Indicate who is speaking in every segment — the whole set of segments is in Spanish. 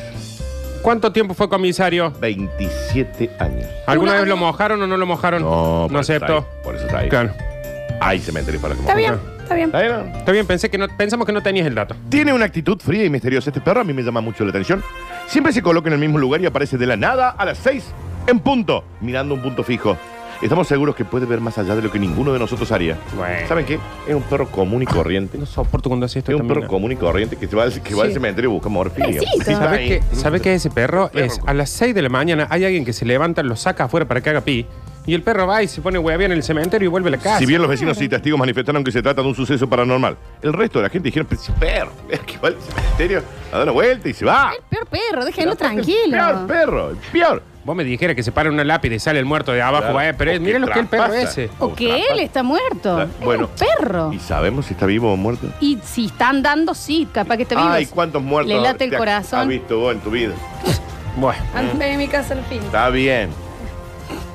Speaker 1: ¿Cuánto tiempo fue comisario?
Speaker 2: 27 años.
Speaker 1: ¿Alguna
Speaker 3: Una-
Speaker 1: vez lo mojaron o no lo mojaron?
Speaker 2: por eso está
Speaker 1: aceptó.
Speaker 2: ahí, Por eso está ahí.
Speaker 1: Claro.
Speaker 2: Hay cementerio para que
Speaker 3: Está bien, está bien.
Speaker 2: ¿Está bien? no?
Speaker 1: Está bien, pensé que no, pensamos que no tenías el dato.
Speaker 2: Tiene una actitud fría y misteriosa este perro, a mí me llama mucho la atención. Siempre se coloca en el mismo lugar y aparece de la nada a las 6 en punto, mirando un punto fijo. Estamos seguros que puede ver más allá de lo que ninguno de nosotros haría.
Speaker 1: Bueno.
Speaker 2: ¿Saben qué? Es un perro común y corriente.
Speaker 1: No soporto cuando haces esto.
Speaker 2: Es un
Speaker 1: también.
Speaker 2: perro común y corriente que, se va, al- que va al
Speaker 1: Sí.
Speaker 2: cementerio y busca morfina.
Speaker 3: Pobrecito.
Speaker 2: Está
Speaker 1: ¿Sabes
Speaker 2: ahí.
Speaker 1: qué, ¿Sabes qué es ese perro?
Speaker 2: Perro
Speaker 1: Es
Speaker 2: con-
Speaker 1: a las 6 de la mañana hay alguien que se levanta, lo saca afuera para que haga pi. Y el perro va y se pone huevía en el cementerio y vuelve a la casa.
Speaker 2: Si bien los vecinos y testigos manifestaron que se trata de un suceso paranormal, el resto de la gente dijeron, "Pero si perro, es que va al cementerio a dar una vuelta y se va.
Speaker 3: Peor perro, déjenlo
Speaker 2: El peor
Speaker 3: Eh, tranquilo.
Speaker 2: perro, el peor.
Speaker 1: Vos me dijeras que se para una lápida y sale el muerto de abajo.
Speaker 2: Claro.
Speaker 1: eh, pero
Speaker 2: O
Speaker 1: es- mira
Speaker 2: que
Speaker 1: lo que es el perro
Speaker 2: traspasa.
Speaker 1: ese.
Speaker 3: O que él está muerto.
Speaker 2: Ah,
Speaker 3: Bueno,
Speaker 2: bueno.
Speaker 3: perro.
Speaker 2: ¿Y sabemos si está vivo o muerto?
Speaker 3: Y si están dando, sí, capaz que está vivo.
Speaker 2: Ay, cuántos muertos.
Speaker 3: Le late el
Speaker 2: te ha- Has
Speaker 3: corazón.
Speaker 2: visto vos en tu vida.
Speaker 1: Bueno,
Speaker 3: Antes de mi casa al fin.
Speaker 2: Está bien.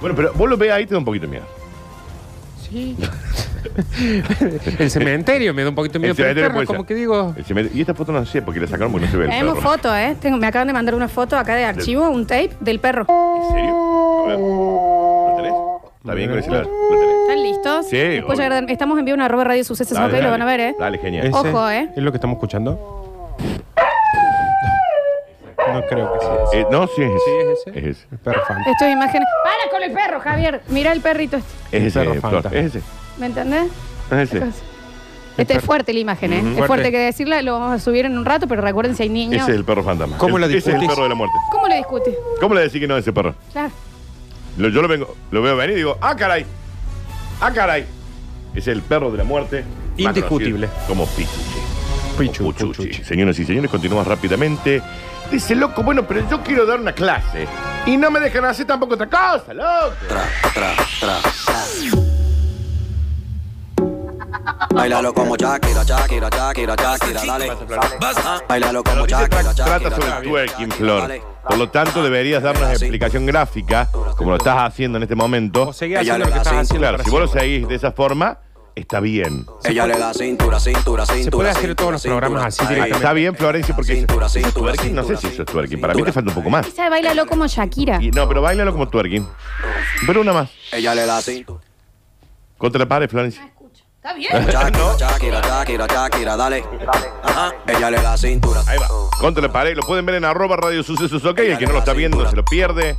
Speaker 2: Bueno, pero vos lo ves ahí, te da un poquito de miedo.
Speaker 1: el cementerio me da un poquito de miedo.
Speaker 2: El
Speaker 1: Pero el
Speaker 2: cementerio
Speaker 1: perro,
Speaker 2: puede
Speaker 1: como
Speaker 2: ser.
Speaker 1: que digo.
Speaker 2: El cementerio- Y esta foto no sé porque la sacaron porque no se ve el
Speaker 3: Tenemos
Speaker 2: perro.
Speaker 3: foto, ¿eh? Tengo- me acaban de mandar una foto acá de archivo, un tape del perro.
Speaker 2: ¿En serio? A ver. ¿Lo tenés? ¿Está bien con el celular? ¿Lo tenés?
Speaker 3: ¿Están listos?
Speaker 2: Sí,
Speaker 3: Después
Speaker 2: obvio.
Speaker 3: ya agregan- estamos en vivo en arroba radio sucesos, ok, lo van a ver, ¿eh?
Speaker 2: Dale, genial.
Speaker 1: Ese-
Speaker 3: Ojo, ¿eh?
Speaker 1: ¿Es lo que estamos escuchando? No creo que sea ese.
Speaker 2: Eh, no, sí es ese.
Speaker 1: Sí, es ese.
Speaker 2: Es ese.
Speaker 1: El perro fan.
Speaker 3: Esto es imágenes. ¡Para con el perro, Javier! Mirá el perrito. este.
Speaker 2: Es ese,
Speaker 1: Perro
Speaker 2: Flor,
Speaker 1: fantasma.
Speaker 2: Es ese.
Speaker 3: ¿Me entendés?
Speaker 2: Es ese.
Speaker 3: Cosa. Esta es fuerte la imagen, ¿eh? Es fuerte
Speaker 1: Fuerte.
Speaker 3: que decirla, lo vamos a subir en un rato, pero recuerden si hay niños.
Speaker 2: Ese es el perro fantasma.
Speaker 1: ¿Cómo
Speaker 2: Es-
Speaker 1: la
Speaker 2: Ese es el
Speaker 1: discutís?
Speaker 2: perro de la muerte.
Speaker 3: ¿Cómo le discute?
Speaker 2: ¿Cómo le decís que no es ese perro?
Speaker 3: Claro.
Speaker 2: Lo- yo lo, vengo, lo veo venir y digo, ¡ah, caray! ¡ah, caray! Es el perro de la muerte. más
Speaker 1: Indiscutible.
Speaker 2: conocido Como Pichuchi.
Speaker 1: Pichu,
Speaker 2: O Puchuchi.
Speaker 1: Puchuchi.
Speaker 2: Señoras y señores, continuamos rápidamente. Dice, loco, bueno, pero yo quiero dar una clase. Y no me dejan hacer tampoco otra cosa, loco.
Speaker 4: Bailalo como Shakira, Shakira, Shakira, Shakira, dale. Ah, Bailalo como
Speaker 2: Dice,
Speaker 4: Shakira,
Speaker 2: tra-
Speaker 4: Shakira.
Speaker 2: trata sobre
Speaker 4: dale.
Speaker 2: twerking, Flor.
Speaker 4: Dale.
Speaker 2: Por lo
Speaker 1: Ah,
Speaker 2: tanto, deberías darnos una explicación gráfica, como lo estás haciendo en este momento.
Speaker 1: O seguí
Speaker 4: Ella
Speaker 1: haciendo
Speaker 4: le
Speaker 1: lo que
Speaker 4: da
Speaker 1: estás
Speaker 4: cinco,
Speaker 1: haciendo.
Speaker 2: Claro,
Speaker 1: para
Speaker 2: si vos lo
Speaker 1: siempre.
Speaker 2: seguís de esa forma, está bien.
Speaker 4: Ella le da cintura, cintura, cintura.
Speaker 1: puede hacer
Speaker 4: cintura,
Speaker 1: todos los
Speaker 4: cintura.
Speaker 1: programas así
Speaker 4: Ahí.
Speaker 2: Ahí
Speaker 1: directamente.
Speaker 2: Está bien, Florencia, porque eso-
Speaker 4: Cintura,
Speaker 2: eso es
Speaker 4: cintura,
Speaker 2: twerking, no sé si
Speaker 4: cintura,
Speaker 2: eso es
Speaker 4: cintura,
Speaker 2: twerking. Para mí te
Speaker 4: cintura.
Speaker 2: falta un poco más.
Speaker 3: Esa bailalo como Shakira.
Speaker 2: Y- no, pero bailalo como twerking. Pero una más.
Speaker 4: Ella le da cintura.
Speaker 2: Contra la pared, Florencia.
Speaker 3: Está bien.
Speaker 4: Shakira, Shakira, Shakira, Shakira, dale. Ajá. Ella le da cintura.
Speaker 2: Ahí va. Contra la pared. Lo pueden ver en arroba radio sucesos, ok. El que no lo está viendo se lo pierde.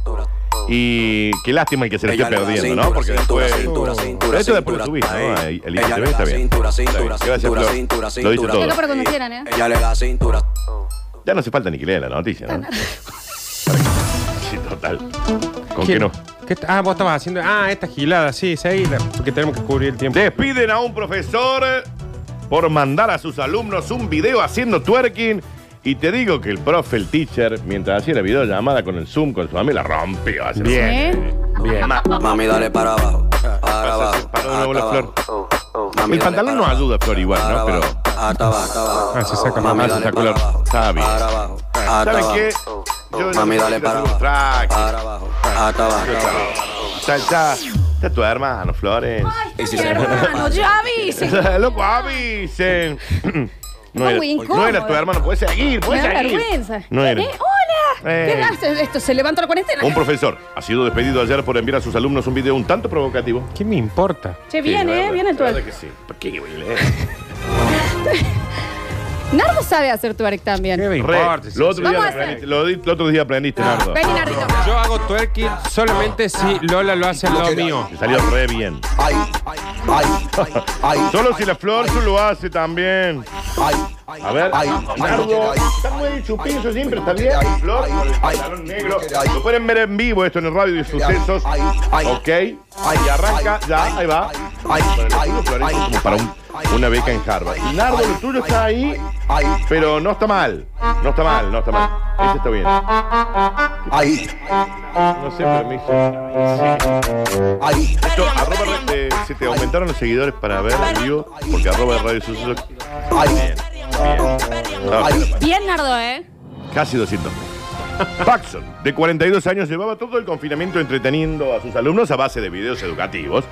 Speaker 2: Y qué lástima el que se lo esté
Speaker 4: Ella le da
Speaker 2: perdiendo,
Speaker 4: cintura,
Speaker 2: ¿no? Porque
Speaker 4: cintura,
Speaker 2: después.
Speaker 4: cintura, cintura,
Speaker 2: Esto después lo subís,
Speaker 4: cintura.
Speaker 2: ¿no?
Speaker 4: Ahí.
Speaker 2: El
Speaker 4: Ella le
Speaker 2: IGTV
Speaker 4: da
Speaker 2: está bien.
Speaker 4: cintura,
Speaker 2: Está bien.
Speaker 4: cintura,
Speaker 2: Gracias,
Speaker 4: cintura,
Speaker 2: Flor.
Speaker 4: cintura,
Speaker 2: Lo dice
Speaker 4: cintura.
Speaker 2: todo.
Speaker 3: Acá para cuando quieran, ¿eh?
Speaker 4: Ella le da cintura.
Speaker 2: Ya no hace falta ni que lea la noticia, ¿no? Sí, total. ¿Con
Speaker 1: ¿Quién?
Speaker 2: qué no?
Speaker 1: ¿Qué t- ah, vos estabas haciendo. Ah, esta gilada, sí, seguila. Porque tenemos que cubrir el tiempo.
Speaker 2: Despiden a un profesor por mandar a sus alumnos un video haciendo twerking. Y te digo que el profe, el teacher, mientras hacía la videollamada con el Zoom, con su familia, la rompió. Hace-
Speaker 3: ¿Eh?
Speaker 1: Bien.
Speaker 4: Mami, dale para abajo. Para
Speaker 2: Pasa-
Speaker 4: abajo.
Speaker 2: para de nuevo la
Speaker 4: hasta
Speaker 2: flor.
Speaker 4: abajo. Mami,
Speaker 2: El
Speaker 4: dale
Speaker 2: pantalón
Speaker 4: para
Speaker 2: no
Speaker 4: abajo.
Speaker 2: ayuda, Flor, igual,
Speaker 4: Para
Speaker 2: ¿no? Pero.
Speaker 4: abajo, Hasta abajo, hasta abajo.
Speaker 1: Ah, se saca
Speaker 4: Mami,
Speaker 2: más, se
Speaker 4: dale
Speaker 2: sacó
Speaker 4: para
Speaker 2: la-
Speaker 4: abajo.
Speaker 2: Está bien.
Speaker 4: Para abajo. Hasta
Speaker 2: ¿Saben
Speaker 4: abajo.
Speaker 2: qué? Yo-
Speaker 4: Mami,
Speaker 2: yo-
Speaker 4: dale
Speaker 2: yo-
Speaker 4: para
Speaker 2: yo-
Speaker 4: abajo.
Speaker 2: track.
Speaker 4: Para abajo. Hasta abajo.
Speaker 2: Está, está, está tu hermano, Flores.
Speaker 3: Ay, está mi hermano, Ah, ya avisen.
Speaker 2: Loco, avisen. No
Speaker 3: Está
Speaker 2: era,
Speaker 3: muy
Speaker 2: no era tu
Speaker 3: incómodo.
Speaker 2: hermano, puedes
Speaker 3: Me
Speaker 2: seguir, puedes
Speaker 3: da
Speaker 2: seguir.
Speaker 3: vergüenza.
Speaker 2: No era.
Speaker 3: ¿Eh? ¡Hola!
Speaker 2: Eh.
Speaker 3: ¿Qué haces? Esto se levanta la cuarentena.
Speaker 2: Un profesor ha sido despedido ayer por enviar a sus alumnos un video un tanto provocativo.
Speaker 1: ¿Qué me importa?
Speaker 3: Che, viene, ¿eh? Viene el
Speaker 2: tuerco.
Speaker 3: twerk.
Speaker 2: que sí. ¿Por qué voy a leer?
Speaker 3: Nardo sabe hacer twerk
Speaker 1: ¿Qué
Speaker 3: también.
Speaker 1: me
Speaker 2: Re,
Speaker 1: importa?
Speaker 2: lo,
Speaker 3: Vamos
Speaker 2: otro día
Speaker 3: a
Speaker 2: lo
Speaker 3: hacer. Ah,
Speaker 2: aprendiste, lo di- lo otro día aprendiste, Nardo.
Speaker 3: Vení, Nardito.
Speaker 1: Yo hago twerking solamente si
Speaker 2: Ah,
Speaker 1: Lola lo hace al lado mío.
Speaker 2: Te salió re bien.
Speaker 4: Ay, ay, ay,
Speaker 2: Solo si la flor tú lo hace también.
Speaker 4: ay.
Speaker 2: A ver, Nardo, está muy chupinzo siempre, está bien. Flor, con el pantalón negro. Lo pueden ver en vivo esto en el radio de sucesos. Ok. Y arranca, ya, ahí va. Bueno, lo tuyo, Flor, es como para un- una beca en Harvard. Y Nardo, lo tuyo está ahí, pero no está mal. No está mal, no está mal. Ese está bien.
Speaker 4: Ay,
Speaker 2: No sé, pero me hizo-
Speaker 4: ay.
Speaker 2: Esto, arroba, eh, se te aumentaron los seguidores para ver en vivo, porque arroba radio sucesos. Bien, bien. No, Ah,
Speaker 3: Bien, Nardo, ¿eh?
Speaker 2: casi 200. Paxson, de 42 años, llevaba todo el confinamiento entreteniendo a sus alumnos a base de videos educativos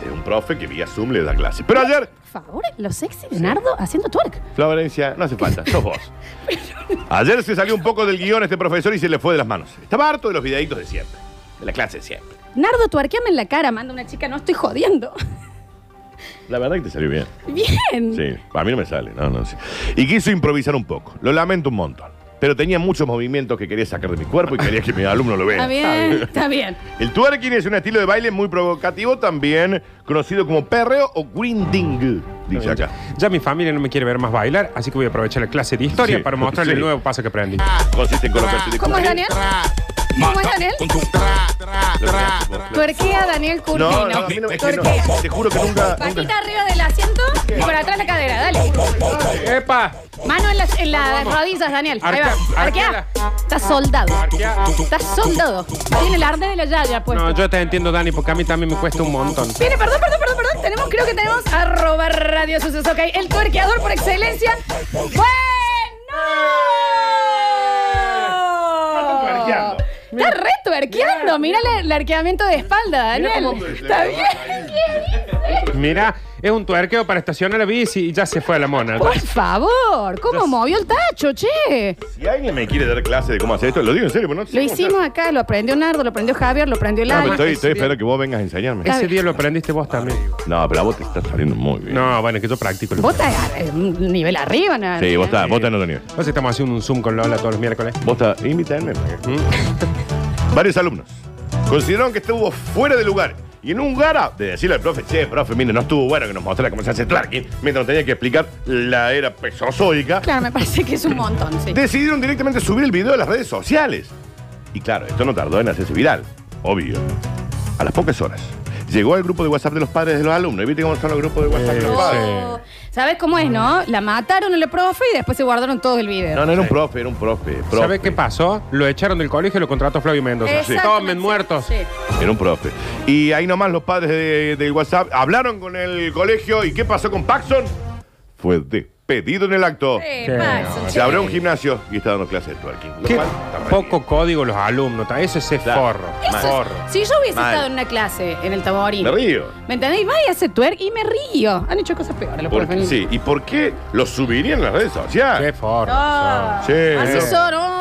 Speaker 2: de un profe que vía Zoom le da clase. Pero ayer,
Speaker 3: Por favor, lo sexy de Nardo haciendo twerk.
Speaker 2: Florencia, no hace falta, sos vos. Ayer se salió un poco del guión este profesor y se le fue de las manos. Estaba harto de los videitos de siempre, de la clase de siempre.
Speaker 3: Nardo, tuarqueame en la cara, manda una chica, no estoy jodiendo.
Speaker 2: La verdad que te salió bien.
Speaker 3: Bien.
Speaker 2: Sí, a mí no me sale, no, no. sí. Y quiso improvisar un poco, lo lamento un montón. Pero tenía muchos movimientos que quería sacar de mi cuerpo y quería que mi alumno lo
Speaker 3: Está
Speaker 2: vea.
Speaker 3: bien, está bien.
Speaker 2: El twerking es un estilo de baile muy provocativo, también conocido como perreo o grinding, dice acá.
Speaker 1: Ya mi familia no me quiere ver más bailar, así que voy a aprovechar la clase de historia
Speaker 2: Sí,
Speaker 1: para mostrarle
Speaker 2: sí.
Speaker 1: el nuevo paso que aprendí.
Speaker 2: Consiste en colocarse de
Speaker 3: ¿Cómo es Daniel? ¿Cómo es Daniel? Tuerquea Daniel Curtino.
Speaker 2: No, no, a mí no, es que no.
Speaker 3: Tuerquea.
Speaker 2: Te juro que nunca. nunca-
Speaker 3: Patita arriba del asiento y por atrás la cadera, dale.
Speaker 1: ¡Epa!
Speaker 3: Mano en las, en las rodillas, Daniel. Ahí
Speaker 1: Arquea,
Speaker 3: va. Arquea.
Speaker 1: arqueala.
Speaker 3: Está soldado.
Speaker 1: Arquea.
Speaker 3: Está soldado. Tiene el arde de la yaya puesto.
Speaker 1: No, yo te entiendo, Dani, porque a mí también me cuesta un montón.
Speaker 3: Viene, perdón, perdón, perdón, perdón. Tenemos, creo que tenemos arroba radio suceso, ok. El tuerqueador por excelencia. ¡Bueno!
Speaker 2: tuerqueando.
Speaker 3: Está re tuerqueando. Mira el, el arqueamiento de espalda, Daniel.
Speaker 2: cómo le-
Speaker 3: Está
Speaker 2: le-
Speaker 3: bien. ¿Qué dice?
Speaker 1: Mira, es un tuerqueo para estacionar la bici y ya se fue a la mona.
Speaker 3: Por favor, ¿cómo movió el tacho, che?
Speaker 2: Si alguien me quiere dar clase de cómo hacer esto, lo digo en serio, pero no sé
Speaker 3: Lo
Speaker 2: cómo hacer.
Speaker 3: hicimos acá, lo aprendió Nardo, lo aprendió Javier, lo aprendió
Speaker 2: No, pero
Speaker 3: Lali.
Speaker 2: estoy, estoy esperando que vos vengas a enseñarme.
Speaker 1: Ese día lo aprendiste vos también.
Speaker 2: No, pero a vos te está saliendo muy bien.
Speaker 1: No, bueno, que yo practico.
Speaker 3: Vos estás a- un nivel arriba, ¿no?
Speaker 2: Sí, vos estás, vos estás en otro nivel.
Speaker 1: Entonces estamos haciendo un Zoom con Lola todos los miércoles.
Speaker 2: Vos estás, invítenme. Varios alumnos consideraron que estuvo fuera de lugar. Y en un gara de decirle al profe, che, profe, mire, no estuvo bueno que nos mostrara cómo se hace twerking, mientras nos tenía que explicar la era pesozoica.
Speaker 3: Claro, me parece que es un montón, sí.
Speaker 2: decidieron directamente subir el video a las redes sociales. Y claro, esto no tardó en hacerse viral, obvio. A las pocas horas, llegó al grupo de WhatsApp de los padres de los alumnos. ¿Y viste cómo son los grupos de WhatsApp de los padres?
Speaker 3: Oh, ¿Sabes cómo es, no? La mataron el profe y después se guardaron todo el video.
Speaker 2: No, no era un profe, era un profe. profe.
Speaker 1: ¿Sabes qué pasó? Lo echaron del colegio y lo contrató Flavio Mendoza.
Speaker 3: Exactamente.
Speaker 1: Tomen muertos.
Speaker 3: Sí.
Speaker 2: Era un profe. Y ahí nomás los padres de- del WhatsApp hablaron con el colegio. ¿Y qué pasó con Paxson? Fue despedido en el acto.
Speaker 3: Eh,
Speaker 1: Sí,
Speaker 3: Paxson,
Speaker 2: Se
Speaker 3: che.
Speaker 2: abrió un gimnasio y está dando clases de twerking. Lo
Speaker 1: Qué
Speaker 2: cual está mal.
Speaker 1: poco código los alumnos. ta- Eso es ese
Speaker 2: Claro.
Speaker 1: forro.
Speaker 3: Eso es-
Speaker 1: Forro.
Speaker 3: si yo hubiese
Speaker 2: Mal.
Speaker 3: estado en una clase en el Taborín,
Speaker 2: Me río.
Speaker 3: ¿me entendés? Va y hace twerk y me río. Han hecho cosas peores los
Speaker 2: Por-
Speaker 3: profes.
Speaker 2: sí, ¿y por qué lo subirían en las redes sociales?
Speaker 1: Qué forro.
Speaker 3: Ah,
Speaker 2: Sí.
Speaker 3: Así son. oh.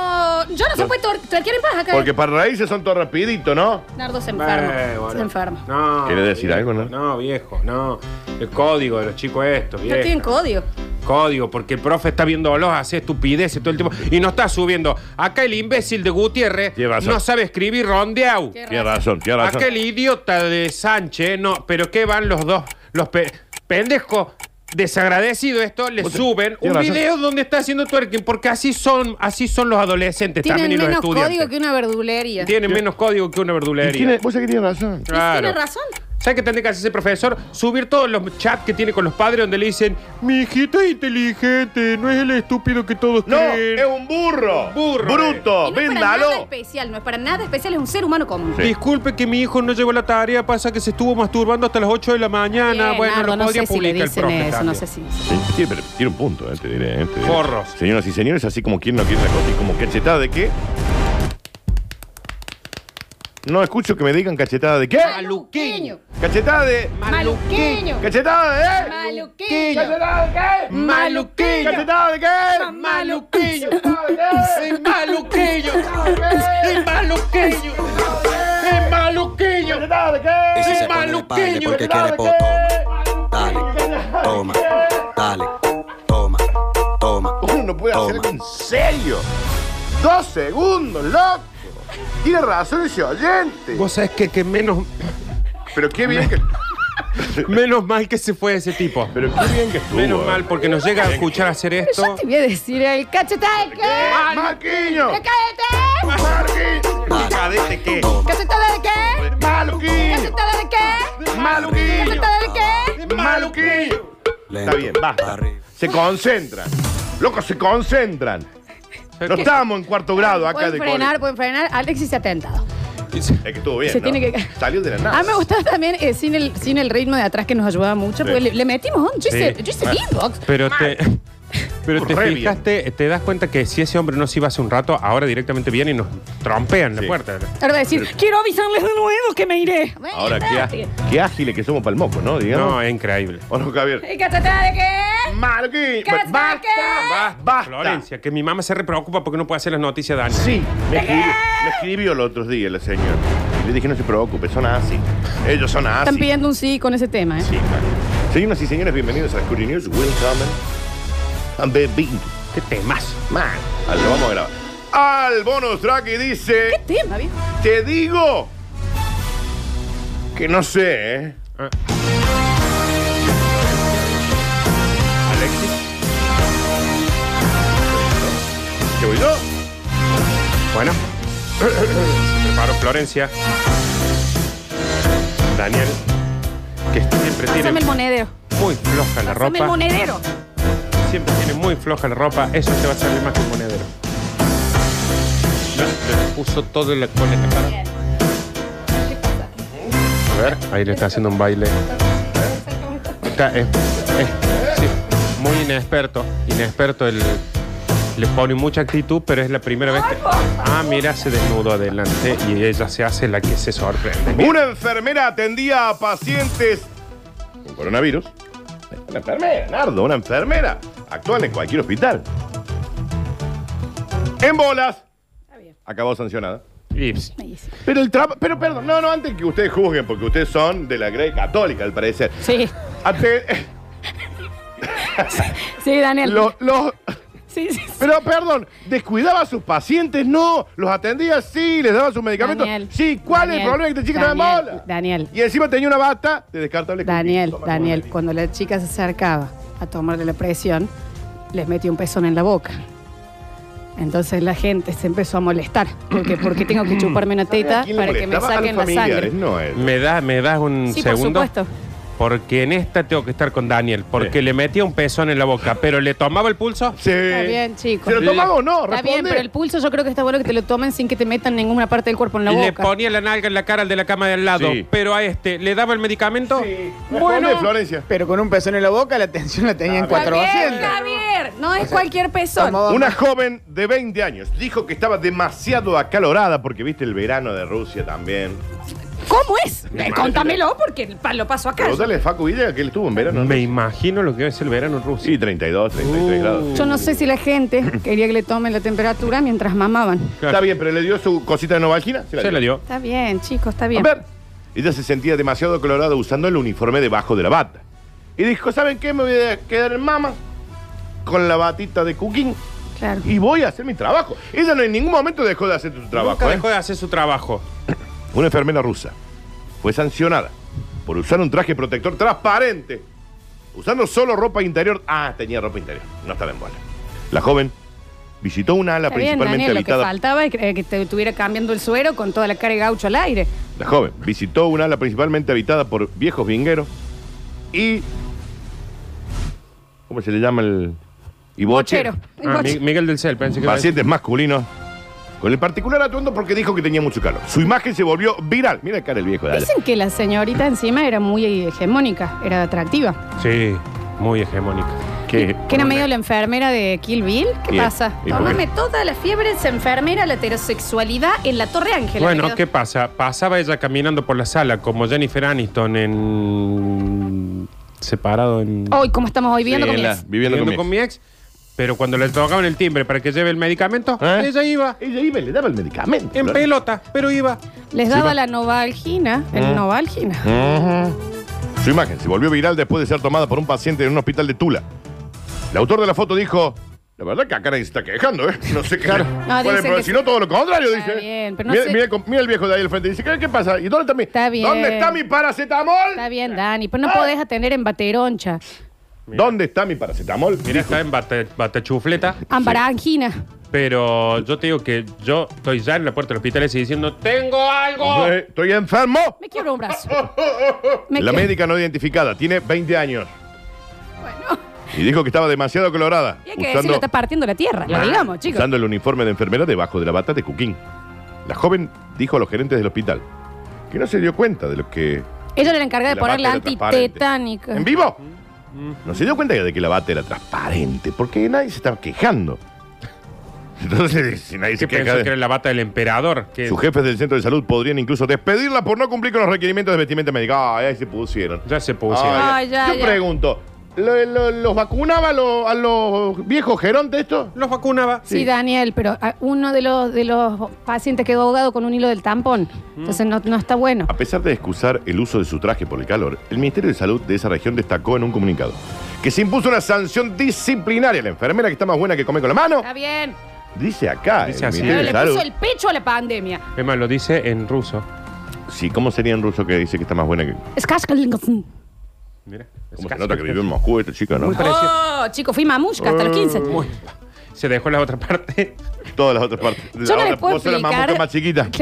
Speaker 3: yo no se puede tuer- twerkear en paz acá. ¿eh?
Speaker 2: Porque para raíces son todo rapidito, ¿no?
Speaker 3: Nardo se
Speaker 1: Eh,
Speaker 3: enferma.
Speaker 1: bueno.
Speaker 3: Se enferma.
Speaker 1: No.
Speaker 2: ¿Querés decir
Speaker 1: viejo,
Speaker 2: algo, no?
Speaker 1: No, viejo, no. El código de los chicos esto,
Speaker 3: No
Speaker 1: viejo.
Speaker 3: tienen código.
Speaker 1: Código, porque el profe está viendo los hace estupideces todo el tiempo. Y no está subiendo. Acá el imbécil de Gutiérrez
Speaker 2: Tiene razón.
Speaker 1: no sabe escribir rondeau.
Speaker 3: Qué
Speaker 2: Tiene razón, tiene razón.
Speaker 1: Aquel idiota de Sánchez, no, pero ¿qué van los dos? Los pe- pendejos desagradecidos esto, le
Speaker 2: Vos te-
Speaker 1: suben un
Speaker 2: tenés razón.
Speaker 1: video donde está haciendo twerking, porque así son, así son los adolescentes
Speaker 3: Tienen
Speaker 1: también y los
Speaker 3: menos código
Speaker 1: estudiantes.
Speaker 3: que una verdulería.
Speaker 1: Tienen menos código que una verdulería.
Speaker 2: Y tiene- vos sabés que tiene razón.
Speaker 3: Y
Speaker 1: Claro.
Speaker 3: tiene razón.
Speaker 1: ¿Sabes qué tendría que hacer ese profesor? Subir todos los chats que tiene con los padres donde le dicen, mi hijita es inteligente, no es el estúpido que todos
Speaker 2: No,
Speaker 1: creen.
Speaker 2: es un burro.
Speaker 1: Burro,
Speaker 2: Bruto,
Speaker 3: eh. Y no es para nada
Speaker 2: véndalo.
Speaker 3: especial, no es para nada especial, es un ser humano común.
Speaker 2: Sí.
Speaker 1: Disculpe que mi hijo no llegó a la tarea, pasa que se estuvo masturbando hasta las 8 de la mañana.
Speaker 3: Bien,
Speaker 1: Ah, bueno,
Speaker 3: Nardo,
Speaker 1: lo podría
Speaker 3: no sé si le
Speaker 1: publicar
Speaker 3: dicen
Speaker 1: el profe.
Speaker 3: eso, no
Speaker 1: también.
Speaker 3: sé si.
Speaker 2: Sí, sí, pero tiene un punto, eh, te diré. eh, te diré.
Speaker 1: Forros.
Speaker 2: Señoras y señores, así como quieren no quieren la cosa. Y como cachetada de qué. No escucho que me digan cachetada de qué.
Speaker 3: Maluqueño.
Speaker 2: Cachetada de.
Speaker 3: Maluqueño.
Speaker 2: Cachetada de. eh.
Speaker 3: Maluqueño.
Speaker 2: ¿Cachetada de qué?
Speaker 1: Maluqueño.
Speaker 2: ¿Cachetada de qué?
Speaker 1: Maluqueño. Es maluqueño. Es maluqueño. Es maluqueño.
Speaker 2: ¿Cachetada de qué?
Speaker 4: Ese se pone de
Speaker 1: maluqueño,
Speaker 4: padre porque quiere
Speaker 2: ¿Cachetada
Speaker 4: po-
Speaker 2: de
Speaker 4: Dale, toma, dale, toma, toma.
Speaker 2: qué? Uno no puede hacer
Speaker 4: Toma.
Speaker 2: en serio. Dos segundos, loco. Tiene razón ese oyente.
Speaker 1: Vos sabés que, que menos,
Speaker 2: Pero qué bien que.
Speaker 1: menos mal que se fue ese tipo.
Speaker 2: Pero qué bien que estuvo. ¿eh?
Speaker 1: Menos mal, porque nos llega a escuchar hacer esto.
Speaker 3: Yo te voy a decir el cacheta de qué.
Speaker 2: ¡Marquiño!
Speaker 3: ¡Cállate!
Speaker 2: ¡Cadete qué!
Speaker 3: ¿Cachetada de qué?
Speaker 2: ¡Maluquiño!
Speaker 3: ¿Cachetada de qué?
Speaker 2: ¡Maluquiño!
Speaker 3: ¿Cachetada de qué?
Speaker 2: ¡Maluquiño!
Speaker 4: Lento,
Speaker 2: Está bien, basta.
Speaker 4: arriba.
Speaker 2: Se concentran. Locos, se concentran. No estamos en cuarto grado acá
Speaker 3: Pueden
Speaker 2: de
Speaker 3: frenar, pueden frenar. Alexis se ha tentado.
Speaker 2: colegio. Es que estuvo bien.
Speaker 3: Se
Speaker 2: ¿no?
Speaker 3: tiene que-
Speaker 2: Salió de la nada.
Speaker 3: A mí me gustaba también eh, sin, el, sin el ritmo de atrás que nos ayudaba mucho, porque le, le metimos on. Yo hice,
Speaker 1: Sí.
Speaker 3: yo hice beatbox.
Speaker 1: Pero te, Pero te
Speaker 2: Re
Speaker 1: fijaste, te das cuenta que si ese hombre no se iba hace un rato, ahora directamente vienen y nos trompean la
Speaker 2: Sí.
Speaker 1: puerta.
Speaker 3: Ahora voy a decir, quiero avisarles de nuevo que me iré. Bueno,
Speaker 2: Ahora, qué,
Speaker 3: sí.
Speaker 2: á- qué ágiles que somos para el moco, ¿no? Digamos.
Speaker 1: No, eh. es increíble.
Speaker 2: ¿O no, Javier?
Speaker 3: ¿Y qué tratada de qué?
Speaker 2: Margui,
Speaker 3: ¿Qué es
Speaker 2: basta,
Speaker 3: Margui?
Speaker 2: basta, Ah, basta.
Speaker 1: Florencia, que mi mamá se repreocupa porque no puede hacer las noticias de Dani.
Speaker 2: Sí, me escribió, me escribió el otro día la señora. Le dije, no se preocupe, son así. Ellos son así.
Speaker 3: Están pidiendo un sí con ese tema, ¿eh?
Speaker 2: Sí, claro. Señoras y señores, bienvenidos a Scurry News. Welcome. And be big.
Speaker 1: Qué temas.
Speaker 2: Man. Ah, Lo vamos a grabar. Al bonus track y dice,
Speaker 3: Tema, viejo.
Speaker 2: te digo que no sé, ¿eh?
Speaker 1: Ah.
Speaker 2: Alexis. ¿Qué voy yo?
Speaker 1: Bueno, se preparó Florencia. Daniel, que siempre
Speaker 3: Pásame
Speaker 1: tiene
Speaker 3: el monedero.
Speaker 1: muy floja
Speaker 3: Pásame
Speaker 1: la
Speaker 3: el
Speaker 1: ropa.
Speaker 3: monedero.
Speaker 1: Siempre tiene muy floja la ropa. Eso te va a salir más que un monedero. No, te puso todo en la cola en la cara. A ver, ahí le está haciendo un baile. Está, eh, eh, sí, muy inexperto. Inexperto el. Le pone mucha actitud, pero es la primera vez que. Ah, mira, se desnudó adelante y ella se hace la que se sorprende.
Speaker 2: Una enfermera atendía a pacientes con coronavirus. Una enfermera, Nardo, una enfermera. Actúan en cualquier hospital. En bolas.
Speaker 3: bien.
Speaker 2: Acabó sancionada.
Speaker 1: Y, pss,
Speaker 3: Buenísimo.
Speaker 2: Pero el trabajo. Pero perdón, no, no, antes que ustedes juzguen, porque ustedes son de la Grey Católica, al parecer.
Speaker 3: Sí,
Speaker 2: Ate-
Speaker 3: sí, Daniel.
Speaker 2: lo- los-
Speaker 3: Sí, sí, sí.
Speaker 2: pero perdón, descuidaba a sus pacientes, no. Los atendía, sí, les daba sus medicamentos.
Speaker 3: Daniel,
Speaker 2: sí, ¿cuál es el
Speaker 3: Daniel,
Speaker 2: problema que esta chica estaba en
Speaker 3: Daniel,
Speaker 2: bolas?
Speaker 3: Daniel.
Speaker 2: Y encima tenía una bata de descartable.
Speaker 3: Daniel,
Speaker 2: Toma,
Speaker 3: Daniel,
Speaker 2: toma.
Speaker 3: cuando la chica se acercaba a tomarle la presión, les metió un pezón en la boca. Entonces la gente se empezó a molestar. Porque, porque tengo que chuparme una teta
Speaker 2: ¿A quién le
Speaker 3: para que me
Speaker 2: molestaba? ¿eh? A los
Speaker 3: saquen la sangre.
Speaker 2: familiares, No, a él.
Speaker 1: ¿Me das me das un
Speaker 3: Sí, por
Speaker 1: segundo?
Speaker 3: supuesto.
Speaker 1: Porque en esta tengo que estar con Daniel, porque
Speaker 2: Sí.
Speaker 1: le metía un pezón en la boca, pero le tomaba el pulso.
Speaker 2: Sí.
Speaker 3: Está bien, chicos.
Speaker 2: Eh, ¿Se lo tomaba o no?
Speaker 3: Está
Speaker 2: Responde.
Speaker 3: bien, pero el pulso yo creo que está bueno que te lo tomen sin que te metan ninguna parte del cuerpo en la
Speaker 1: y le
Speaker 3: boca.
Speaker 1: ponía la nalga en la cara al de la cama de al lado,
Speaker 2: Sí.
Speaker 1: pero a este le daba el medicamento.
Speaker 2: Responde, Florencia.
Speaker 5: Pero con un pezón en la boca, la atención la tenía en
Speaker 3: Javier,
Speaker 5: 400.
Speaker 3: Javier, no es cualquier pezón.
Speaker 5: tomaba-
Speaker 2: Una joven de 20 años dijo que estaba demasiado acalorada porque viste el verano de Rusia también.
Speaker 3: ¿Cómo es?
Speaker 2: Mi
Speaker 3: Eh,
Speaker 2: madre.
Speaker 3: Contámelo porque el pa- lo paso acá.
Speaker 2: Pregúntale a Facu Villa que él estuvo en verano.
Speaker 1: Me imagino lo que debe ser el verano en Rusia.
Speaker 2: Sí, 32, 33
Speaker 1: Uh.
Speaker 2: grados.
Speaker 3: Yo no sé si la gente quería que le tomen la temperatura mientras mamaban.
Speaker 2: Está bien, pero le dio su cosita de novalgina.
Speaker 1: Se la dio.
Speaker 3: Está bien, chicos, está
Speaker 2: A
Speaker 3: bien.
Speaker 2: ver, ella se sentía demasiado acalorada usando el uniforme debajo de la bata. Y dijo, ¿saben qué? Me voy a quedar en mama con la batita de cooking
Speaker 3: Claro.
Speaker 2: y voy a hacer mi trabajo. Ella no en ningún momento dejó de hacer su trabajo.
Speaker 1: Nunca
Speaker 2: ¿eh?
Speaker 1: dejó de hacer su trabajo.
Speaker 2: Una enfermera rusa fue sancionada por usar un traje protector transparente, usando solo ropa interior. Ah, tenía ropa interior, no estaba en bola. La joven visitó una ala
Speaker 3: Está bien,
Speaker 2: principalmente
Speaker 3: Daniel, lo que
Speaker 2: habitada.
Speaker 3: faltaba es que, eh, que te estuviera cambiando el suero con toda la cara de gaucho al aire.
Speaker 2: La joven visitó una ala principalmente habitada por viejos vingueros y. ¿Cómo se le llama el.? Y boche.
Speaker 3: Chero.
Speaker 1: Ah, Mi- Miguel del Cel, pensé que iba a decir.
Speaker 2: Pacientes masculinos. Con el particular atuendo porque dijo que tenía mucho calor. Su imagen se volvió viral. Mira la cara el viejo de ala.
Speaker 3: Dicen que la señorita encima era muy hegemónica, era atractiva.
Speaker 1: Sí, muy hegemónica.
Speaker 2: Que-
Speaker 3: Que era medio la enfermera de Kill Bill. ¿Qué
Speaker 2: Bien.
Speaker 3: pasa?
Speaker 2: ¿Y por qué?
Speaker 3: Tómame toda la fiebre, esa enfermera, la heterosexualidad en la Torre Ángela.
Speaker 1: Bueno,
Speaker 3: me quedo.
Speaker 1: ¿qué pasa? Pasaba ella caminando por la sala como Jennifer Aniston en. separado en.
Speaker 3: Hoy, ¿cómo estamos hoy viendo
Speaker 2: Sí,
Speaker 3: con
Speaker 2: en
Speaker 3: mi
Speaker 2: la-
Speaker 3: ex?
Speaker 2: Viviendo,
Speaker 1: viviendo con mi ex. Pero cuando le tocaban el timbre para que lleve el medicamento,
Speaker 2: ¿Eh?
Speaker 1: ella iba
Speaker 2: Ella iba y le daba el medicamento.
Speaker 1: en
Speaker 2: Lola.
Speaker 1: pelota, pero iba.
Speaker 3: Les daba la novalgina,
Speaker 2: ¿Mm?
Speaker 3: el novalgina.
Speaker 2: Su imagen se volvió viral después de ser tomada por un paciente en un hospital de Tula. El autor de la foto dijo, la verdad que acá nadie se está quejando, ¿eh? No sé qué. ¿Cuál es el
Speaker 3: dicen
Speaker 2: problema?
Speaker 3: que sí.
Speaker 2: si no, todo lo contrario,
Speaker 3: Está
Speaker 2: dice. ¿eh?
Speaker 3: bien, pero no
Speaker 2: mira,
Speaker 3: sé-
Speaker 2: mira el com- mira el viejo de ahí al frente. Dice, ¿qué, qué pasa? ¿Y dónde está mi...
Speaker 3: Está bien.
Speaker 2: ¿Dónde está mi paracetamol?
Speaker 3: Está bien, Dani, pero no podés atender en bateroncha,
Speaker 2: ¿Dónde está mi paracetamol?
Speaker 1: Mira,
Speaker 2: Dijo.
Speaker 1: está en bate- batachufleta.
Speaker 3: ambarangina.
Speaker 1: Pero yo te digo que yo estoy ya en la puerta del hospital y diciendo, ¡Tengo algo!
Speaker 2: Eh, Estoy enfermo.
Speaker 3: Me quiebro un brazo. Me
Speaker 2: La
Speaker 3: quie-
Speaker 2: médica no identificada tiene 20 años. Y dijo que estaba demasiado colorada.
Speaker 3: Y hay que este decirlo, está partiendo la tierra, lo digamos, chicos.
Speaker 2: Ah, Usando el uniforme de enfermera debajo de la bata de Cuquín. La joven dijo a los gerentes del hospital que no se dio cuenta de lo que...
Speaker 3: Ella era la encargada de
Speaker 2: la
Speaker 3: poner la
Speaker 2: bata era transparente.
Speaker 3: antitetánica.
Speaker 2: ¿En vivo?
Speaker 1: Mm.
Speaker 2: No se dio cuenta de que la bata era transparente, porque nadie se estaba quejando. Entonces, si nadie
Speaker 1: ¿Qué
Speaker 2: se queja,
Speaker 1: pensó
Speaker 2: de-
Speaker 1: que era la bata del emperador? Que
Speaker 2: sus jefes del centro de salud podrían incluso despedirla por no cumplir con los requerimientos de vestimenta médica. Ah, ahí se pusieron.
Speaker 1: ya se pusieron.
Speaker 3: Ay. ya,
Speaker 2: Ah, Yo
Speaker 3: ya.
Speaker 2: pregunto, ¿lo- lo- ¿los vacunaba a los- a los viejos gerontes esto?
Speaker 1: Los vacunaba.
Speaker 3: Sí, Daniel, pero ah, uno de los, de los pacientes quedó ahogado con un hilo del tampón.
Speaker 2: Mm.
Speaker 3: Entonces no, no está bueno.
Speaker 2: A pesar de excusar el uso de su traje por el calor, el Ministerio de Salud de esa región destacó en un comunicado que se impuso una sanción disciplinaria a la enfermera que está más buena que come con la mano.
Speaker 3: Está bien.
Speaker 2: Dice acá,
Speaker 1: Dice
Speaker 2: el
Speaker 1: así.
Speaker 3: Pero
Speaker 2: Ministerio
Speaker 3: le
Speaker 2: de Salud.
Speaker 3: puso el pecho a la pandemia.
Speaker 1: Es más, lo dice en ruso.
Speaker 2: Sí, ¿cómo sería en ruso que dice que está más buena que.?
Speaker 3: Es cascalingas.
Speaker 1: Mira.
Speaker 2: ¿Cómo se nota que vivió en Moscú esta chica, no?
Speaker 1: Muy parecido.
Speaker 3: Oh, chico, fui mamushka hasta los 15.
Speaker 1: Muy- Se dejó la otra parte.
Speaker 2: Todas las otras partes.
Speaker 3: Yo no
Speaker 2: Ahora,
Speaker 3: les puedo
Speaker 2: vos sos la
Speaker 3: explicar-
Speaker 2: mamuca más chiquita.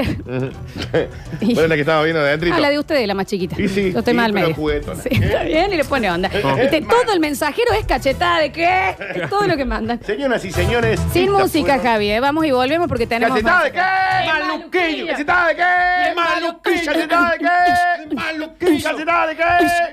Speaker 3: Claro.
Speaker 2: ¿Cuál es la que estaba viendo de adentro?
Speaker 3: A Ah, la de ustedes, la más chiquita.
Speaker 2: Y sí,
Speaker 3: Yo estoy
Speaker 2: sí,
Speaker 3: mal
Speaker 2: pero
Speaker 3: medio.
Speaker 2: juguetona.
Speaker 3: Sí, está bien y le pone onda. Este, todo el mensajero es cachetada de qué. Es todo lo que mandan.
Speaker 2: Señoras y señores.
Speaker 3: Sin
Speaker 2: estas
Speaker 3: música,
Speaker 2: fueron-
Speaker 3: Javi. eh. Vamos y volvemos porque tenemos.
Speaker 2: ¿Cachetada de
Speaker 3: más.
Speaker 2: qué? ¡Maluquillo! ¿Cachetada de qué?
Speaker 3: Maluquillo.
Speaker 2: ¿Cachetada de qué? ¿Cachetada de qué?